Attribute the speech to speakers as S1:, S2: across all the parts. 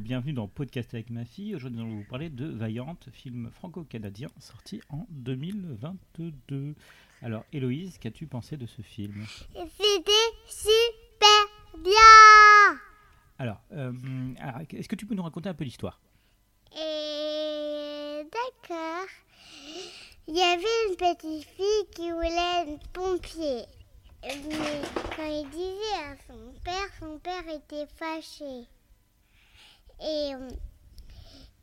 S1: Bienvenue dans Podcast avec ma fille. Aujourd'hui, nous allons vous parler de Vaillante, film franco-canadien sorti en 2022. Alors, Héloïse, qu'as-tu pensé de ce film
S2: C'était super bien
S1: Alors, euh, alors, est-ce que tu peux nous raconter un peu l'histoire
S2: Et d'accord. Il y avait une petite fille qui voulait être pompier. Mais quand il disait à son père, son père était fâché. Et, euh,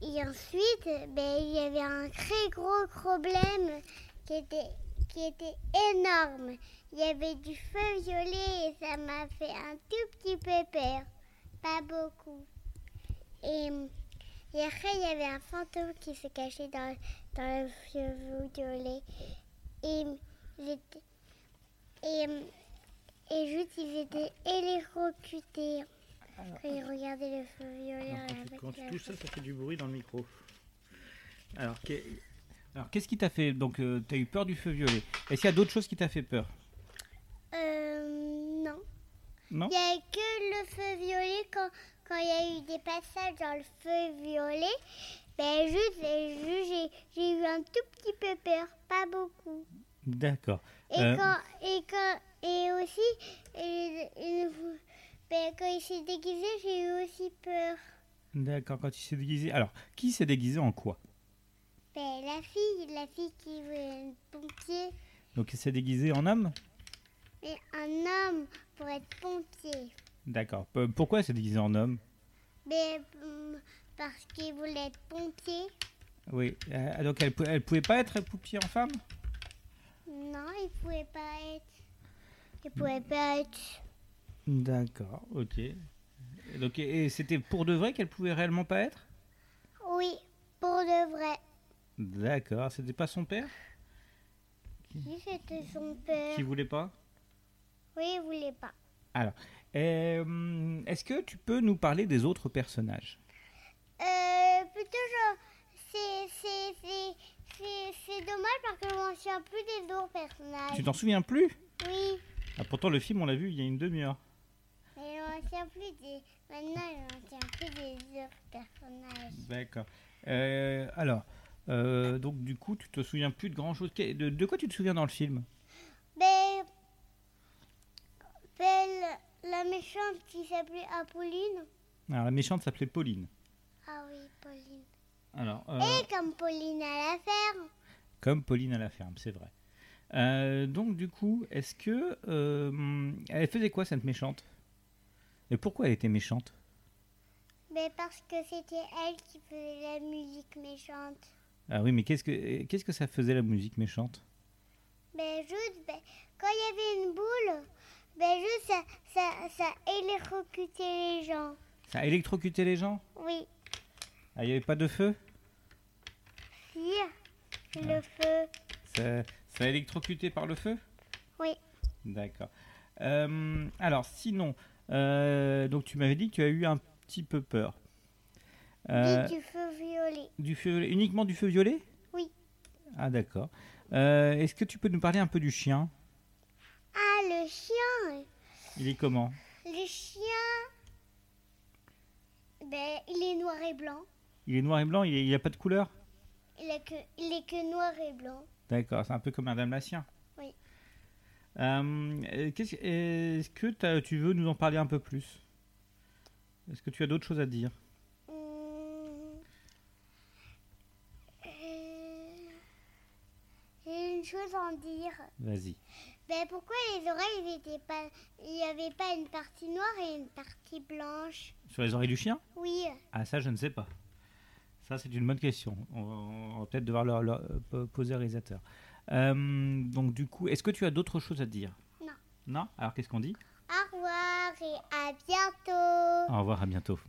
S2: et ensuite, ben, il y avait un très gros problème qui était, qui était énorme. Il y avait du feu violet et ça m'a fait un tout petit peu peur. Pas beaucoup. Et, euh, et après, il y avait un fantôme qui se cachait dans, dans le feu violet. Et j'étais. Et, euh, et juste, ils étaient électrocutés. Quand ils regardaient le feu violet avec
S1: Ah, Quand
S2: la
S1: tout ça, ça fait du bruit dans le micro. Alors, qu'est- alors, qu'est-ce qui t'a fait Donc, tu as eu peur du feu violet. Est-ce qu'il y a d'autres choses qui t'a fait peur
S2: Euh, non.
S1: Non
S2: Il n'y a que le feu violet quand quand il y a eu des passages dans le feu violet. Ben juste, ben, juste, j'ai, j'ai eu un tout petit peu peur, pas beaucoup.
S1: D'accord.
S2: Et
S1: Euh,
S2: quand et quand et aussi euh, une fois- ben, quand il s'est déguisé, j'ai eu aussi peur.
S1: D'accord, quand il s'est déguisé. Alors, qui s'est déguisé en quoi
S2: Ben la fille, la fille qui veut être pompier,
S1: Donc, il s'est déguisé en homme
S2: mais un homme pour être pompier.
S1: D'accord. P- Pourquoi elle s'est déguisée en homme
S2: Mais hum, parce qu'il voulait être pompier.
S1: Oui. euh, donc elle, pou- elle pouvait pas être poupée en femme
S2: Non, il pouvait pas être. Il pouvait pas être.
S1: D'accord, ok. Et Donc, et, et c'était pour de vrai qu'elle pouvait réellement pas être
S2: Oui, pour de vrai.
S1: D'accord, c'était pas son père
S2: Oui, c'était son père.
S1: qui voulait pas
S2: Oui, il voulait pas.
S1: Euh, Est-ce que tu peux nous parler des autres personnages
S2: Euh, plutôt genre, c'est, c'est, c'est, c'est, c'est dommage parce que je m'en souviens plus des autres personnages.
S1: Tu t'en souviens plus
S2: Oui,
S1: Ah, Pourtant, le film, on l'a vu il y a une demi-heure.
S2: mais je m'en souviens plus des. Maintenant, je m'en souviens plus des autres personnages.
S1: D'accord. Euh, alors, euh, donc du coup, tu te souviens plus de grand-chose. Que- De, de quoi tu te souviens dans le film
S2: Mais, mais Ben, le- la méchante qui s'appelait Apolline.
S1: Alors, la méchante s'appelait Pauline.
S2: Ah oui, Pauline.
S1: Alors, euh,
S2: Et comme Pauline à la ferme.
S1: comme Pauline à la ferme, c'est vrai. Euh, donc du coup, est-ce que euh, elle faisait quoi cette méchante Et pourquoi elle était méchante
S2: Mais parce que c'était elle qui faisait la musique méchante.
S1: Ah oui, mais qu'est-ce que qu'est-ce que ça faisait la musique méchante
S2: Mais juste, ben, quand il y avait une boule, ben juste ça, ça, ça électrocutait les gens.
S1: Ça électrocutait les gens
S2: Oui,
S1: Ah, il n'y avait pas de feu
S2: si, le feu.
S1: ça, ça électrocutait par le feu
S2: Oui.
S1: D'accord. Euh, alors sinon, euh, donc tu m'avais dit que tu as eu un petit peu peur. Euh,
S2: Et du feu violet.
S1: du feu, uniquement du feu violet
S2: Oui.
S1: Ah d'accord. Euh, Est-ce que tu peux nous parler un peu du chien
S2: Ah, le chien
S1: Il est comment
S2: Le chien, ben, il est noir et blanc.
S1: Il est noir et blanc, il n'y a pas de couleur
S2: Il est que, il est que noir et blanc.
S1: D'accord, c'est un peu comme un dalmatien.
S2: Oui.
S1: Euh, euh, qu'est-ce- Est-ce que t'as- tu veux nous en parler un peu plus Est-ce que tu as d'autres choses à dire
S2: Hum. Euh, J'ai une chose à en dire.
S1: Vas-y.
S2: Ben pourquoi les oreilles étaient pas, il n'y avait pas une partie noire et une partie blanche
S1: Sur les oreilles du chien
S2: Oui,
S1: Ah ça, je ne sais pas. Ça, c'est une bonne question. On va, on va peut-être devoir leur, leur, euh, po- poser au réalisateur. Euh, donc du coup, est-ce que tu as d'autres choses à dire
S2: Non.
S1: Non Alors qu'est-ce qu'on dit
S2: au revoir et à bientôt.
S1: Au revoir, à bientôt.